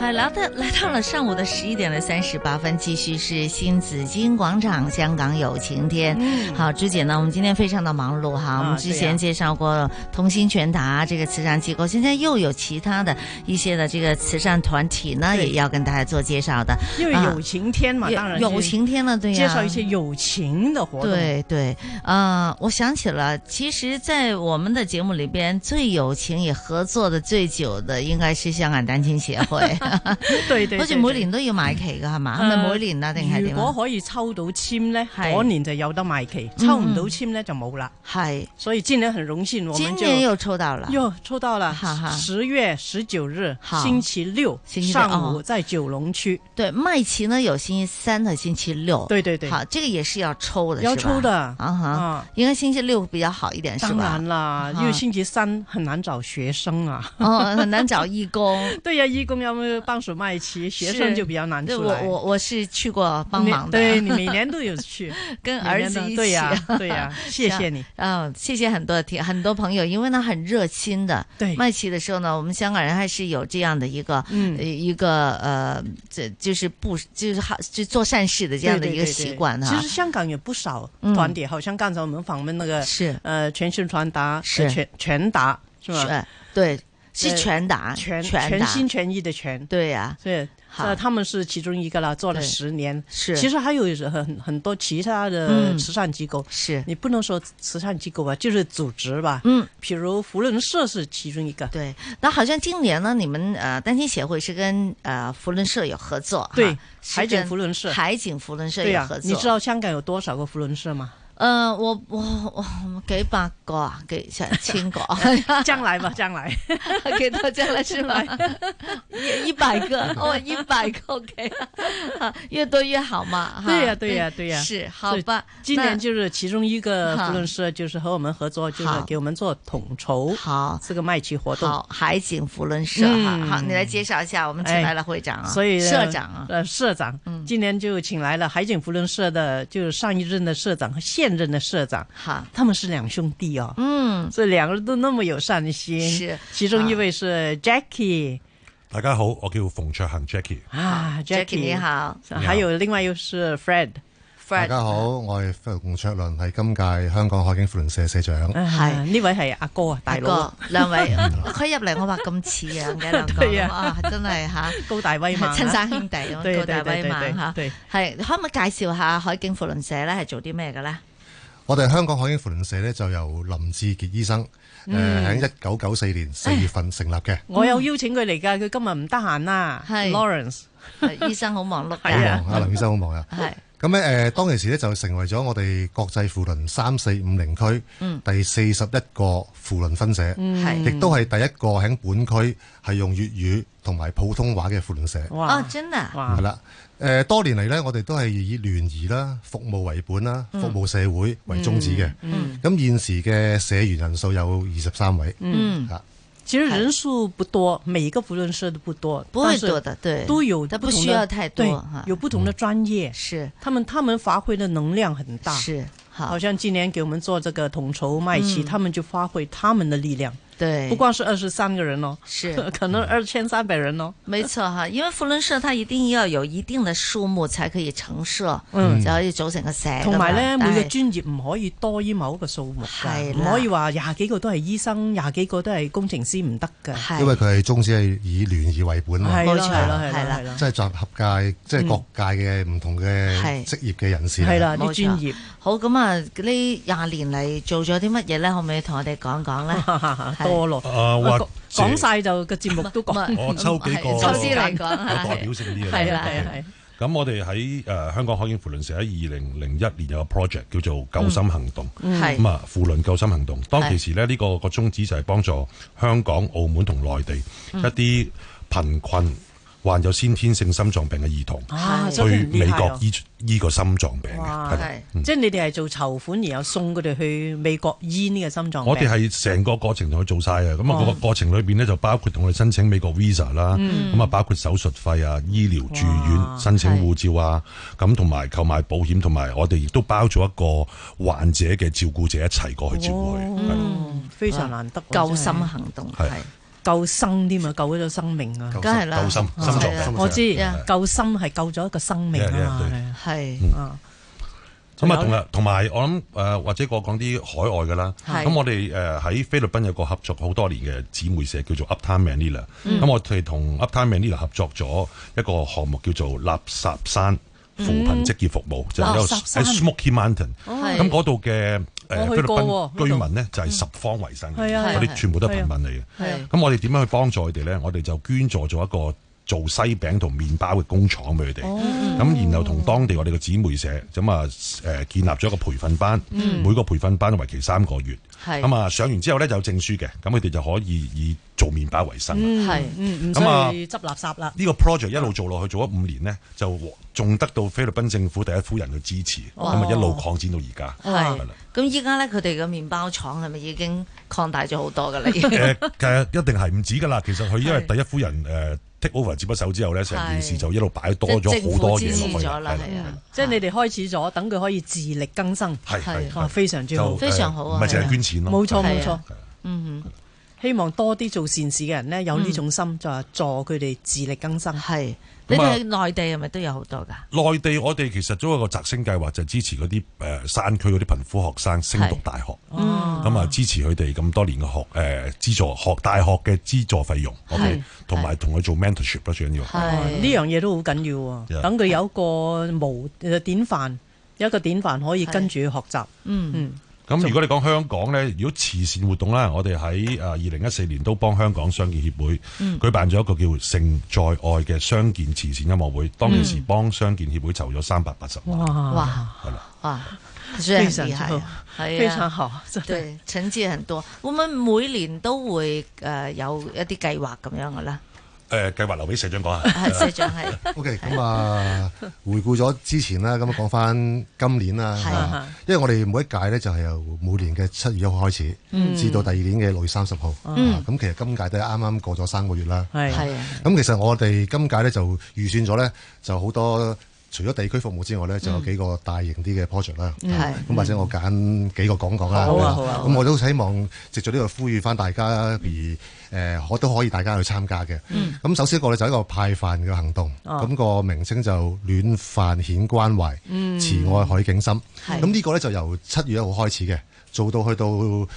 好，来到来到了上午的十一点的三十八分，继续是新紫金广场，香港有晴天。嗯啊好，朱姐呢，我们今天非常的忙碌哈，我们之对呀前介绍过同心全达这个慈善机构，现在又有其他的一些的这个慈善团体呢，对也要跟大家做介绍的。因为啊有晴天嘛，当然是有有晴天了，对呀、介绍一些有晴的活动。对对，呃，我想起了，其实，在我们的节目里边，最有情也合作的最久的，应该是香港单亲协会，對對對好似每年都要買旗噶係嘛？係咪每年啊定係嗯如點果啊？可以抽到簽呢，係嗰年就有得賣旗；嗯抽唔到簽呢，就冇啦。係，所以今年很榮幸，我今們就年又抽到了。又抽到了哈哈十月十九日好星期六星期六上午哦在九龍區，对，麦旗呢有星期三和星期六。對對對哦好，这个也是要抽的，要是吧抽的啊哈。啊。应该星期六比较好一点，是當吧然？啦，啊因為星期三很難找學生啊。 哦，很难找义工。對呀、義工要不幫手賣旗，學是生就比較難对出我來。我我是去过帮你忙的，对你每年都有去， 跟每儿年子都一起。对 呀、对 呀、谢谢你。嗯，谢谢很多听很多朋友，因为呢很热心的。对卖旗的时候呢，我们香港人还是有这样的一个、嗯呃一个呃，这就是不就是好就做善事的这样的对一对个对习对惯哈其。实香港有不少嗯团体，好像刚才我们访问那个是呃全新传达，是呃全全达是吧？全对是呃全达全全全达心全意的全，对呀、对，好呃，他们是其中一个啦，做了对十年。是其实还有很很多其他的嗯慈善机构，是你不能说慈善机构吧，就是组织吧。嗯，比如福伦社是其中一个，对。那好像今年呢，你们呃单亲协会是跟呃福伦社有合作哈，对是海景跟福伦社海景福伦社对有呀合，作。你知道香港有多少个福伦社吗？呃，我我我几百个啊，几成千个啊，将来吧，将来。 给大家了是 吧？一一百个 哦，一百个 OK，啊 越多越好嘛。哈哎对呀对呀对呀是好所以吧？今年就是其中一个哈福伦社，就是和我们合作，就是好给我们做统筹那好这个卖旗活动。好海景福伦社哈，嗯好，你来介绍一下，我们请哎来了会长啊，所以呢社长啊，呃，社长，今年就请来了海景福伦社的，就是上一任的社长和现任的社长，好，他们是两兄弟哦，嗯，所以两个人都那么有善心。是其中一位是 Jackie 大家好，我叫馮卓恒 Jackie。啊 j a c k i e 你，好还有另外又是 Fred，大 Vâng. ，Fred 家好，我係馮卓倫，係今屆香港海景扶輪社社長。啊呢位係阿哥啊，大佬哥啊，兩位，佢入嚟我話咁似樣嘅兩 對個，呀啊，真係吓。高大 威猛啊，親生兄弟咁對高大威猛嚇，對係可唔可以介紹下海景扶輪社咧係做啲咩嘅咧？ 我哋香港海景扶輪社呢，就由林志傑醫生誒喺一九九四年四月份成立嘅。我有邀請佢嚟㗎，佢今日唔得閒啦嗯係，Lawrence。係醫生好忙碌 係啊㗎，好忙啊，林醫生好忙 啊。係咁咧誒，當其時呢，就成為咗我哋國際扶輪三四五零區第四十一個扶輪分社，嗯係亦都係第一個喺本區係用粵語同埋普通話嘅扶輪社。哦哇，真的啊哇係，啦，誒、多年嚟呢，我哋都係以聯誼啦、服務為本啦、嗯服務社會為宗旨嘅。咁、現時嘅社員人數有二十三位。嗯，啊，其实人数不多，每一个福伦社都不多，不会多的，对，都有但不不同的啊需要太多对哈，嗯有不同的专业，是他们他们发挥的能量很大。是好好，像今年给我们做这个统筹麦琪，他们就发挥他们的力量，对，不光是二十三个人哦，是 可能二千三百人哦。没错哈，因為扶輪社它一定要有一定嘅數目才可以成社，嗯就可以組成個社㗎嘛，同埋咧，每哎啊但個係專業唔可以多於某一個數目㗎，係唔啦可以話廿幾個都係醫生，廿幾個都係工程師唔得㗎。係因為佢係宗旨係以聯誼為本嘛係，咯冇係錯咯係啊係啦啦係啦即係集合界，即係各界嘅唔同嘅係職業嘅人士。啊係啦，冇啲錯專業。好咁啊！呢廿年嚟做咗啲乜嘢咧？可唔可以同我哋講講咧？ 係多咯。啊或者講晒就個節目都講，啊唔係我抽幾個唔係 抽啲嚟講有係代表性啲嘅。係啦係係咁我哋喺誒香港海景扶輪社喺二零零一年有個 project 叫嗯做救心行動，係咁啊扶輪救心行動。當其時咧，呢個嗯個宗旨就係幫助香港、澳門同內地一啲貧困患有先天性心臟病嘅兒童啊，真係哦去唔厲美害國啊！醫醫個心臟病嘅。哇係啦係嗯即係你哋係做籌款，然後送佢哋去美國醫呢個心臟病。我哋係成個過程同佢做晒嘅，哦咁啊個過程裏邊咧就包括同我哋申請美國 visa 啦，咁啊包括手術費啊、醫療住嗯哇院、申請護照啊，咁同埋購買保險，同埋我哋亦都包咗一個患者嘅照顧者一齊過去照顧佢。係啦哦，非常難得喎，救真係心行動係係，救生添啊，救咗生命啊！救梗係啦，救心係心臟啊病我知 Yeah 救心係救咗一個生命啊 Yeah，yeah，對嘛係係啊，咁仲有啊，同埋同埋，我諗誒、呃或者我講啲海外嘅啦。係咁我哋誒喺菲律賓有個合作好多年嘅姊妹社叫做 Uptown Manila。咁、我嗯哋同 Uptown Manila 合作咗一個項目叫做垃圾山扶貧職業服務，就喺嗯垃度圾山哦喺 Smoky Mountain。啊嗯係咁嗰度嘅誒我菲去律過賓喎居民呢，就係十方為生嘅，係啊嗰係啊啲全部都係貧民嚟嘅。係啊咁我哋點樣去幫助佢哋咧？我哋就捐助咗一個做西餅同麵包嘅工廠俾佢哋。咁然後同當地我哋嘅姊妹社咁啊誒建立咗一個培訓班，每個培訓班為期三個月。係咁啊上完之後咧就有證書嘅，咁佢哋就可以以做麵包為生啦。係嗯，唔使咁啊執垃圾啦。呢個 project 一路做落去，做咗五年呢，就仲得到菲律賓政府第一夫人嘅支持，咁啊一路擴展到而家。係係啦。咁依家咧，佢哋嘅麵包廠係咪已經擴大咗好多㗎啦？ 已經誒，呃其實一定係唔止㗎啦。其實佢因為第一夫 人誒 take over 接咗手之後咧，成件事就一路擺多即係政咗好府多支嘢持落去咗啦，係啦係啊，即係你哋開始咗，等佢可以自力更生，係係哇，係啊非常之好就。呃非常好啊唔係淨係啊係捐錢咯，冇錯係冇錯係，嗯希望多啲做善事嘅人呢，有呢種心，就係助佢哋自力更生哼，。係。你哋喺內地係咪都有好多㗎？內地我哋其實都有一個摘星計劃，就係支持嗰啲誒山區嗰啲貧苦學生升讀大學，哦咁啊支持佢哋咁多年嘅學誒資助學大學嘅資助費用係，OK，同埋同佢做 mentorship 啦，最緊要係呢樣嘢都好緊要喎， Yeah 等佢有一個模誒典範，有一個典範可以跟住去學習。嗯，嗯，咁如果你講香港呢，如果慈善活動啦，我哋喺啊誒二零一四年都幫香港傷健協會舉辦咗一個叫盛在愛嘅傷健慈善音樂會，當其時幫傷健協會籌咗三百八十萬，哇，哇係啦，哇，真係很厲害非常之啊，係啊非常好，真係對，成績很多。會唔會每年都會誒有一啲計劃咁樣嘅 咧？誒計劃留俾社長講下。啊社長係 OK，咁啊，回顧咗之前啦，咁啊講翻今年啦，係啊因為我哋每一屆咧就係由每年嘅七月一號開始，至到第二年嘅六月三十號，啊嗯咁其實今屆都係啱啱過咗三個月啦。係係啊，咁其實我哋今屆咧就預算咗咧，就好多除咗地區服務之外嗯咧，就有幾個大型啲嘅 project 啦。係咁或者我揀幾個講講啦。好啊咁好樣啊好啊咁我都希望藉住呢個呼籲翻大家，而誒我都可以大家去參加嘅。咁首先一個咧就係一個派飯嘅行動，嗯哦咁個名稱就暖飯顯關懷，嗯慈愛海景心。係咁呢個咧就由七月一號開始嘅，做到去到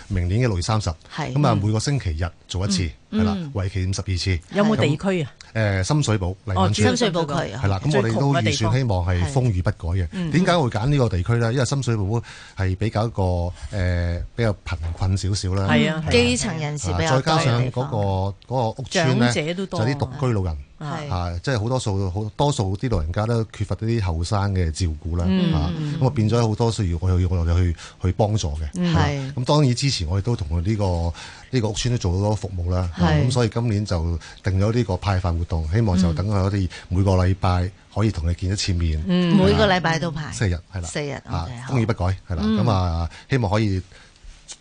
明年嘅六月三十。係嗯咁啊，每個星期日做一次，係啦，為期五十二次。有冇咁地區啊？誒呃深水埗黎哦灣主村深水埗區啊係，啦，咁我哋都預最窮嘅地方算希望係風雨不改嘅。點解會揀呢個地區呢？因為深水埗係比較一個誒、呃比較貧困少少啦，係啊係基層人士啊比較再加多嘅上地嗰、個方嗰個屋村長呢，者都多啊就啲獨居老人。係啊，即係好多數好多數啲老人家都缺乏啲後生嘅照顧啦，嗯啊，咁啊變咗好多需要我哋我哋去去幫助嘅。係啦嗯係咁當然之前我哋都同佢呢個呢個屋村都做咗好多服務啦，啊係咁所以今年就定咗呢個派飯活動，希望嗯就等佢可以每個禮拜可以同佢見一次面，每個禮拜都排星期日係啦，嗯四日啊 OK，，好嗯風雨不改係啦，咁啊希望可以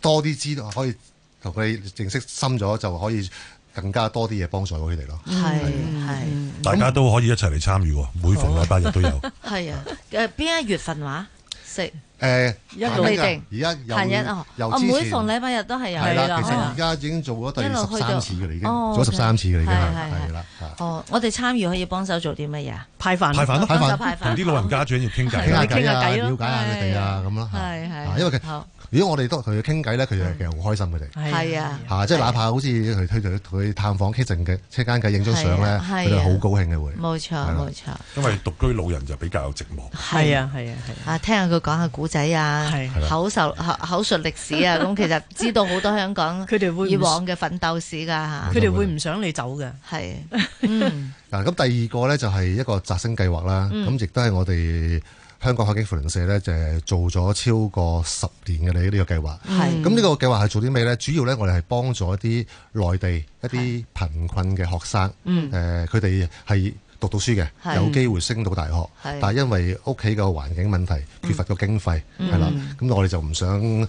多啲知道，可以同佢認識深咗，就可以更加多啲嘢幫助到佢哋咯。係係大家都可以一齊嚟參與喎，每逢禮拜日都有。係啊！誒邊一月份話食誒，一路呃行定㗎而家閒日由哦，由哦之前每逢禮拜日都係有係係啦啦，其實啊而家已經做咗第哦一路十去到三次嘅啦，已經哦做咗十三次嘅啦，已經係係係係啦。啊哦，我哋參與可以幫手做啲乜嘢啊？派飯派飯咯，派飯派飯同啲老人家長要傾偈傾啦下。傾偈下啊，偈咯了解下佢哋啊，咁咯嚇係係啊因好為佢如果我哋都同佢傾偈咧，佢哋其實好開心佢哋。係啊嚇，即係哪怕好似佢佢同佢探訪傾陣嘅車間偈影張相係咧，啊係啊佢哋好高興嘅會。冇錯係啦冇錯，因為獨居老人就比較寂寞。係啊係啊係啊，啊，聽下佢講下古仔啊係，口授口口述歷史 啊，咁其實知道好多香港佢哋會唔以往嘅奮鬥史㗎嚇佢，哋會唔想你走嘅。係嗯啊嗯嗱，咁第二個咧就係一個摘星計劃啦，咁亦都係我哋香港海景扶輪社咧就係做咗超過十年嘅呢呢個計劃。嗯 係咁呢個計劃係做啲咩呢？主要呢，我哋係幫助一啲內地一啲貧困嘅學生，誒佢哋係讀到書嘅，嗯係有機會升到大學，係嗯但係因為屋企嘅環境問題，缺乏個經費，係啦，咁我哋就唔想誒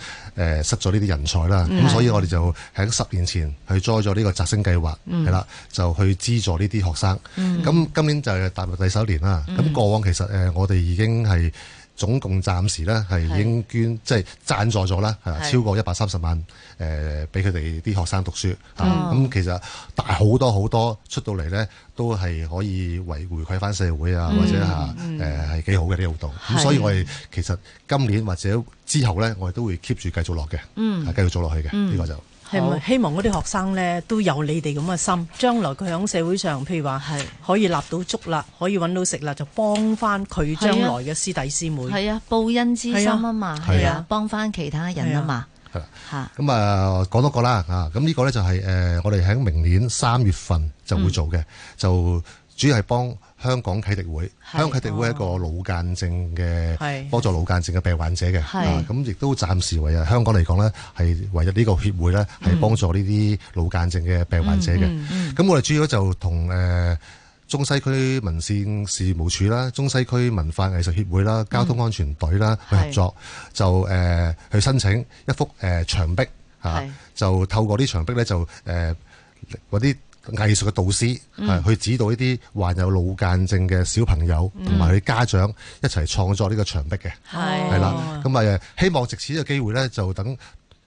失咗呢啲人才啦，嗯咁所以我哋就喺十年前去栽咗呢個摘星計劃，嗯係啦，就去資助呢啲學生。咁今年就係踏入第十一年啦，嗯咁過往其實誒我哋已經係。總共暫時咧係已經捐即係贊助咗啦，係啊係超過一百三十萬誒，俾佢哋啲學生讀書啊。咁、其實大好多好多出到嚟咧，都係可以為回饋翻社會啊，或者嚇誒係幾好嘅呢個活動。咁所以我哋其實今年或者之後咧，我哋都會 keep 住繼續落嘅，嗯，繼續做落去嘅呢、個就。係咪希望嗰啲學生咧都有你哋咁嘅心，將來佢喺社會上，譬如話係可以立到足啦，可以揾到食啦，就幫翻佢將係啊來嘅師弟師妹。係啊，報恩之心啊嘛，係啊係啊，幫翻其他人啊嘛係啊，嚇咁啊，講多個啦啊！咁呢個呢，就係、呃我哋喺明年三月份就會做嘅，就主要係幫香港啟迪會。係香港啟迪會係一個腦間症嘅係幫助腦間症嘅病患者嘅。係啊咁亦都暫時為啊香港嚟講呢，係唯一呢個協會呢，係幫助呢啲腦間症嘅病患者嘅。咁、我哋主要就同誒。呃中西區民政事務處啦、中西區文化藝術協會啦、交通安全隊啦去合作，就誒、呃去申請一幅誒、呃、牆壁嚇、啊係就透過啲牆壁咧就誒呃嗰啲呃藝術嘅導師、啊去指導呢啲患有腦間症嘅小朋友同埋佢家長一齊創作呢個牆壁嘅。哦係係啦，咁啊誒希望藉此呢個機會咧，就等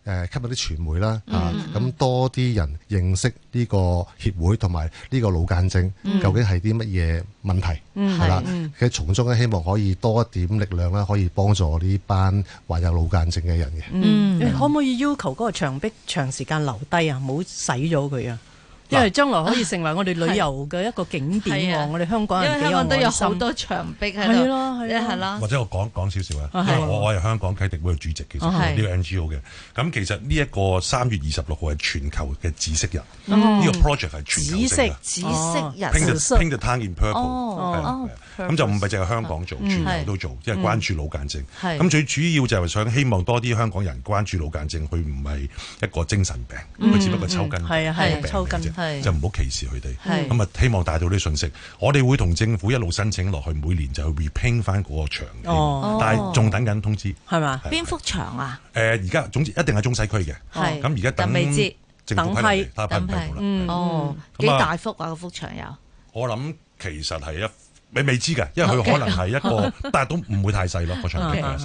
誒吸引啲傳媒啦，啊咁多啲人認識呢個協會同埋呢個腦間症究竟係啲乜嘢問題，嗯係啦，其實從中咧希望可以多一點力量啦，可以幫助呢班患有腦間症嘅人嘅。嗯，你可唔可以要求嗰個牆壁長時間留低啊？唔好洗咗佢啊！因為將來可以成為我哋旅遊嘅一個景點係啊喎，我哋香港因人為幾香港都有有好心。多牆壁喺係度，咯係咯係咯或者我講講少少啊，因係為我我係香港啟迪會嘅主席，其實啊係呢個 NGO 嘅。咁其實呢一個三月二十六號係全球嘅紫色日，哦呢個 project 係全球性嘅。嗯紫色人 Paint the, 色 paint the town in purple，係啊哦係哦嗯啊咁就唔係淨係香港做，全球都做，因為關注腦間症。係咁最主要就係想希望多啲香港人關注腦間症，佢唔係一個精神病，佢只不過抽筋病，係啊係啊一個病抽嚟筋嗯係啫，就唔好歧視佢係哋。咁啊，希望帶到啲信息。我哋會同政府一路申請落去，每年就去 repaint 翻嗰個牆嘅哦但係仲等緊通知。係嘛？係邊幅牆啊？誒而家總之一定係中西區嘅，係咁而家但等未知政府批落嚟，睇下批等唔批批到啦。係哦，幾咁啊大幅啊？嗰幅牆有我諗其實係一你未知嘅，因為佢可能係一個，但係都唔會太細咯，個場地嗯係啊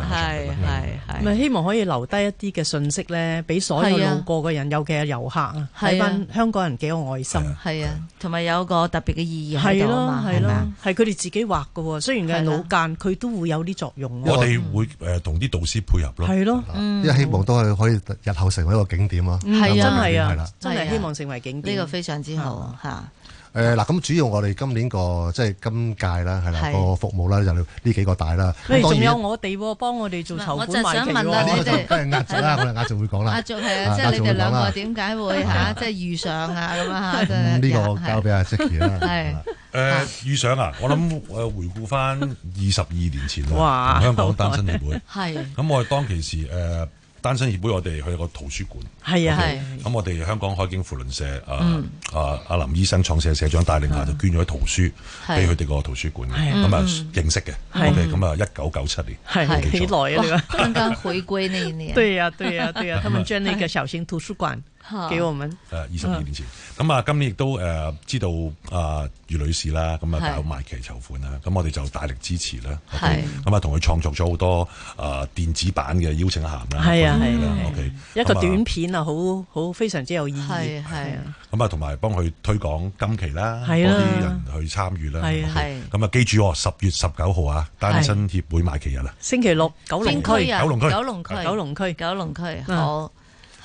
啊係係係咪希望可以留低一啲嘅信息咧，俾所有係啊路過嘅人，尤其係遊客啊，係睇啊翻香港人幾有愛心。係啊，同埋有個特別嘅意義喺係度啊咯嘛，係咪啊咯，係佢哋自己畫嘅喎。雖然佢係係啦腦間，佢都會有啲作用我喎。哋會誒同啲導師配合咯。係咯，因為希望都係可以日後成為一個景點啊，嗯係啊真係係啦啊，真係係啊希望成為景呢點。個非常之好嚇，誒嗱，咁主要我哋今年個即係今屆啦，係啦係個服務啦，就呢幾個大啦。喂，當仲有然我哋喎幫我哋做籌我就款賣想旗問啊呢喎你。個就哋梗係壓 軸啦，我哋壓軸會講啦。阿卓係啊，啊即係就你會哋講兩個啦點解會嚇即係遇上啊咁啊嚇？咁真係嗯呢個交俾阿 Jackie 啦。係誒遇上啊，我諗誒回顧翻二十二年前啦，哇同香港單身協會。係咁我哋當其時誒單身協會，我哋去個圖書館。係啊，係咁我哋香港海景扶輪社啊啊阿林醫生創社社長帶領下就捐咗啲圖書係俾佢哋個圖書館嘅，係咁啊認識嘅。係 OK，咁啊一九九七年。係係幾耐啊？你話？哇剛剛回歸那一年，對呀、啊對呀、對呀、他們捐了一個小型圖書館好給我們。誒呃二十二年前，咁啊今年亦都誒知道啊余女士啦，咁係啊大有賣旗籌款啦，咁我哋就大力支持啦。係 OK，咁啊同佢創作咗好多啊電子版嘅邀請函啦，係啊嗰啲嘢係啊啦係啊，OK，一個咁啊短片啊，好好非常之有意義係。哎係啊咁啊同埋幫佢推廣金旗啦，多係啊啲人去參與啦。係啊 OK，係咁啊記住喎，十月十九號啊，單身協會賣旗日啦。星期六九龍邊區區，啊？九龍區九龍區，九龍區九龍區，嗯好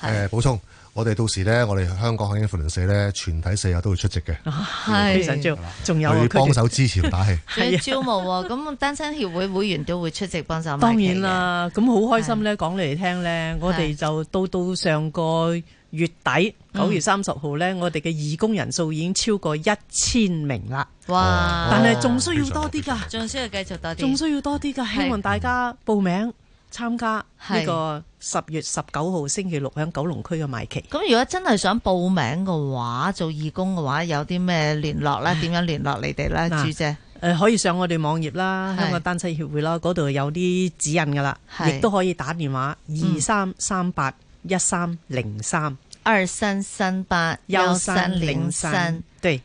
係哎誒補充，我哋到時咧，我哋香港海景扶輪社咧，全體社友都會出席嘅，非常哎之係。好。仲有啊，去佢幫哋手支持同打氣。仲要招募喎，咁單身協會會員都會出席幫手買當旗嘅然啦，咁好開心咧，講嚟聽咧，我哋就到到上個月底嗯九月三十號呢，我哋嘅義工人數已經超過一千名啦，哇！但係仲需要多啲㗎。仲需要繼續多啲，仲需要多啲㗎，希望大家報名參加呢個十月十九號星期六喺九龍區嘅賣旗。咁如果真係想報名嘅話，做義工嘅話，有啲咩聯絡咧？點樣聯絡你哋咧，嗯嗱朱姐？誒、可以上我哋網頁啦，係香港單車協會啦，嗰度有啲指引㗎啦，係亦都可以打電話二三三八一三零三二三三八三零三，，對，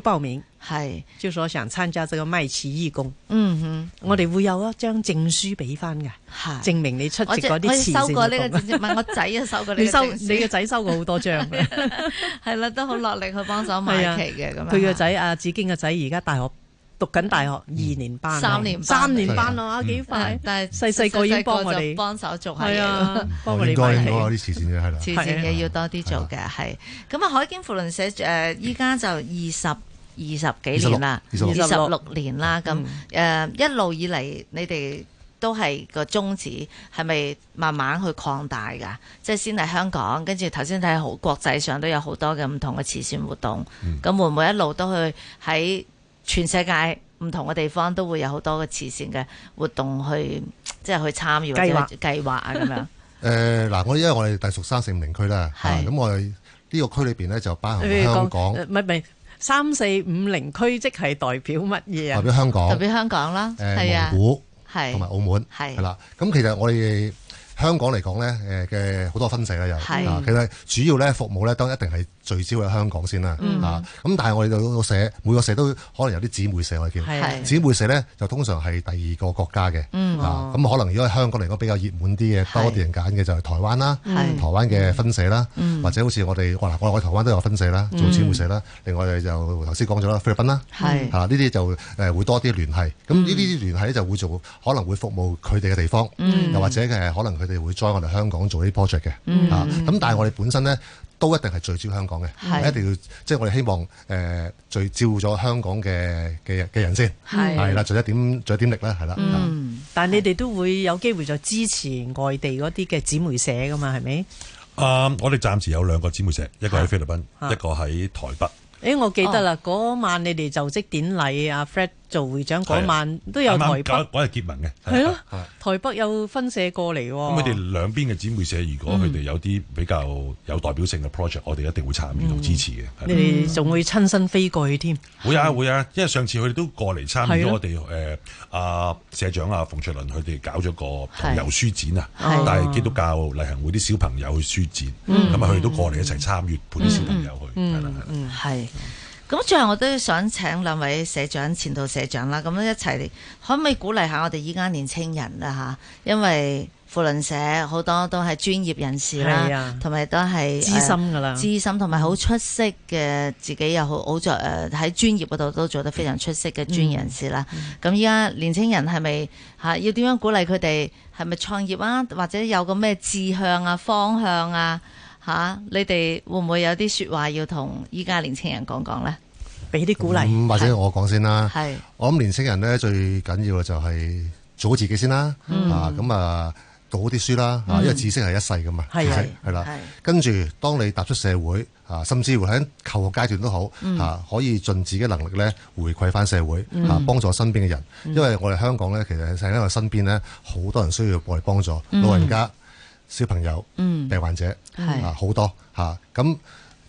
係報名，係，就說想參加這個賣旗義工，嗯我哋會有一啊張證書俾翻㗎，哼，係。證明你出席啊我只嗰啲我慈收善過活呢個動。證書，唔係我仔 啊收過呢你個收證你個書，仔收過好多張㗎。 係啦，都好落力去幫手買係啊旗嘅咁樣。佢個仔啊阿子堅個仔而家大學讀緊大學嗯二年班啊，三年班嗯三年班啦，啊幾快係，但係細細個已經幫細細我哋個就幫手做下係嘢。啊，幫我哦應哋該買應該有起。啲慈善嘅係啦。慈係啊善嘢要多啲做嘅，係咁啊！海景扶輪社誒，依家就二十二十幾年啦，二26十六嗯年啦，咁誒一路以嚟，你哋都係個宗旨係咪慢慢去擴大㗎？即係先嚟香港，跟住頭先睇好國際上都有好多嘅唔同嘅慈善活動，咁會唔會一路都去喺全世界唔同嘅地方都會有好多嘅慈善嘅活動去即係去參與或計劃者去計劃啊咁樣？誒嗱，我因為我哋隸屬三四五零區啦，係啊咁我哋呢個區裏邊咧就包含你香講呃誒港，唔係唔係三四五零區，即係代表乜嘢代啊？表香代港、表香港啦，係誒啊蒙，古係同埋澳門係係啦。咁其實我哋香港嚟講咧，誒嘅好多分社啦又係啊，其實主要咧服務咧都一定係聚焦喺香港先啦啊。咁但係我哋個社每個社都可能有啲姊妹社我哋叫。係啊係姊妹社咧就通常係第二個國家嘅，嗯啊，咁可能如果喺香港嚟講比較熱門啲嘅，係多啲人揀嘅就係台灣啦，嗯係嗯台灣嘅分社啦，或者好似我哋，我嗱我我台灣都有分社啦，做姊妹社啦，另外就頭先講咗啦，菲律賓啦，係啊係啦，呢啲就誒會多啲聯繫，咁嗯呢啲聯繫咧就會做可能會服務佢哋嘅地方，嗯又或者誒可能佢哋會 join 我哋香港做啲 project 嘅，啊，咁但係我哋本身咧。都一定係聚焦香港係嘅，一定要即係我哋希望誒、呃聚焦咗香港嘅嘅嘅人先，係係啦，盡一點盡一點力啦，係啦。嗯，但係你哋都會有機會就支持外地嗰啲嘅姊妹社噶嘛？係咪？啊、我哋暫時有兩個姊妹社，一個喺菲律賓，啊一個喺台北。誒，我記得啦，嗰晚你哋就職典禮，阿 Fred 做會長嗰晚都有台啱啱北，嗰嗰日結盟嘅，係咯，台北有分社過嚟咁佢喎。哋兩邊嘅姊妹社，如果佢哋有啲比較有代表性嘅 project，我哋一定會參與同支持嘅。係你哋仲會親身飛過去添，會啊會啊，因為上次佢哋都過嚟參與係咗咯我哋誒阿社長啊馮卓麟佢哋搞咗個係童遊書展啊，係但係基督教例行會啲小朋友去書展，咁啊佢哋都過嚟一齊參與，陪啲小朋友去，係啦係嗯啦。係。咁最後我都想請兩位社長、前度社長啦，咁一齊嚟，可唔可以鼓勵下我哋依家年青人啦吓？因為扶輪社好多都係專業人士係啦啊，同埋都係資深㗎啦。資深同埋好出色嘅，自己又好好在誒喺專業嗰度都做得非常出色嘅專業人士啦。咁依家年青人係咪嚇要點樣鼓勵佢哋係咪創業啊？或者有個咩志向啊、方向啊嚇、你哋會唔會有啲説話要同依家年青人講講呢？俾啲鼓啊咁、勵，或者我講先啦。係我諗年青人咧最緊要嘅就係做好自己先啦。啊，咁啊讀好啲書啦。啊，因為知識係一世噶嘛。係知識係係啦係。跟住當你踏出社會啊，甚至乎喺求學階段都好啊，可以盡自己能力咧回饋翻社會啊，幫助身邊嘅人。因為我哋香港咧，其實係因為身邊咧好多人需要我哋幫助，老人家、小朋友、嗯病患者。係啊好多嚇，咁、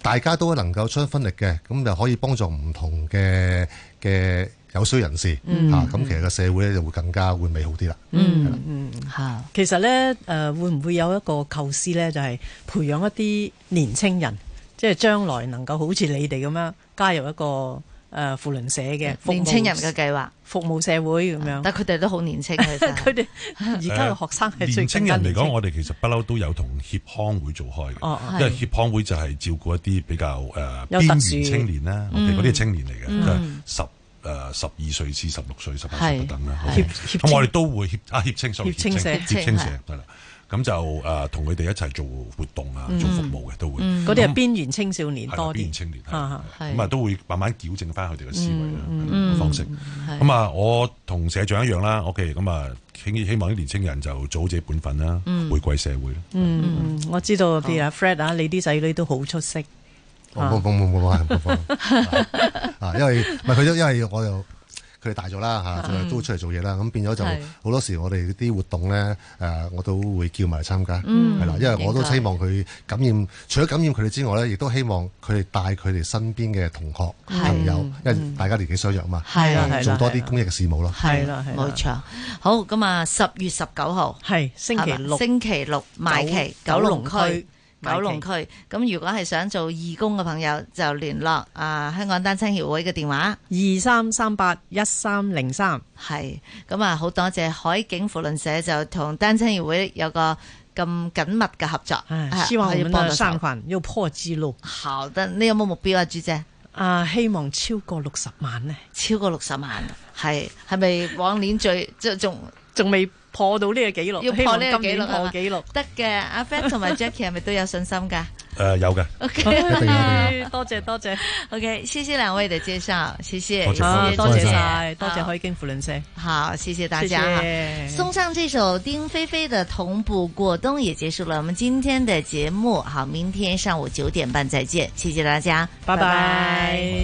大家都能夠出一分力嘅，咁就可以幫助唔同嘅嘅有需要人士嚇，咁、其實個社會咧就會更加會美好啲啦。嗯嗯嚇其實呢，誒、會唔會有一個構思呢？就係、培養一啲年青人，即係將來能夠好似你哋咁樣加入一個誒扶輪社嘅服務年青人嘅計劃，服務社會咁樣。但佢哋都好年青 嘅，其實佢 哋而家嘅學生係 最年青更加人嚟講，年我哋其實不嬲都有同協康會做開哦嘅，哦因為協康會就係照顧一啲比較誒有邊特緣殊嗯青年啦，我哋嗰啲係青年嚟嘅，即係十誒十二歲至十六歲、十八歲係不等啦。係好協協咁我哋都會協啊協青，sorry，協青社協青協青社係啦。咁咁就誒同佢哋一齊做活動啊，做服務嘅都會。嗰啲係邊緣青少年嗯係啦嗯多邊緣啲，青年係啊嗯係咁啊都會慢慢矯正翻佢哋嘅思維啦、係方式。咁啊，我同社長一樣啦，OK，咁啊，希希望啲年青人就做好自己本分啦，回歸社會啦。嗯，我知道，譬如阿 Fred 啊，你啲仔女都好出色，啊冇冇冇冇冇冇冇啊！因為唔係佢都因為我又佢哋大咗啦嚇，就都會出嚟做嘢啦，咁變咗就係好多時我哋啲活動咧誒，我都會叫埋嚟參加，嗯係啦，因為我都應該希望佢感染，除咗感染佢哋之外咧，亦都希望佢哋帶佢哋身邊嘅同學係朋友，因為大家年紀相若嘛，係啊係啦做多係啲啦公益嘅事務咯。係啦係啦冇錯。好，咁啊，十月十九號。係星期係嘛六星期六賣旗，九九龍龍區區。九龍區賣咁，如果係想做義工嘅朋友，就聯絡啊香港單親協會嘅電話，二三三八一三零三，係咁啊！好多謝海景扶輪社就同單親協會有個咁緊密嘅合作，唉啊希望我可以們幫的到善手。款又破紀錄好得，你有冇目標啊，朱姐？啊！希望超過六十萬呢，超過六十萬，係係咪往年最即仲仲未破到呢個紀錄，要希破望呢個今紀年錄破啊紀錄。得嘅？阿 Fred 同埋 Jackie 係咪都有信心㗎誒有嘅， ？OK 一定有一定有。唉哎多謝多謝， OK，謝謝兩位的介紹，謝謝，多謝啊謝多謝謝晒，多謝海景扶輪社，好，谢谢大謝家哈。謝。送上这首丁菲菲的《同步过冬》，也结束了我们今天的节目。好，明天上午九点半再见，谢谢大家，拜拜。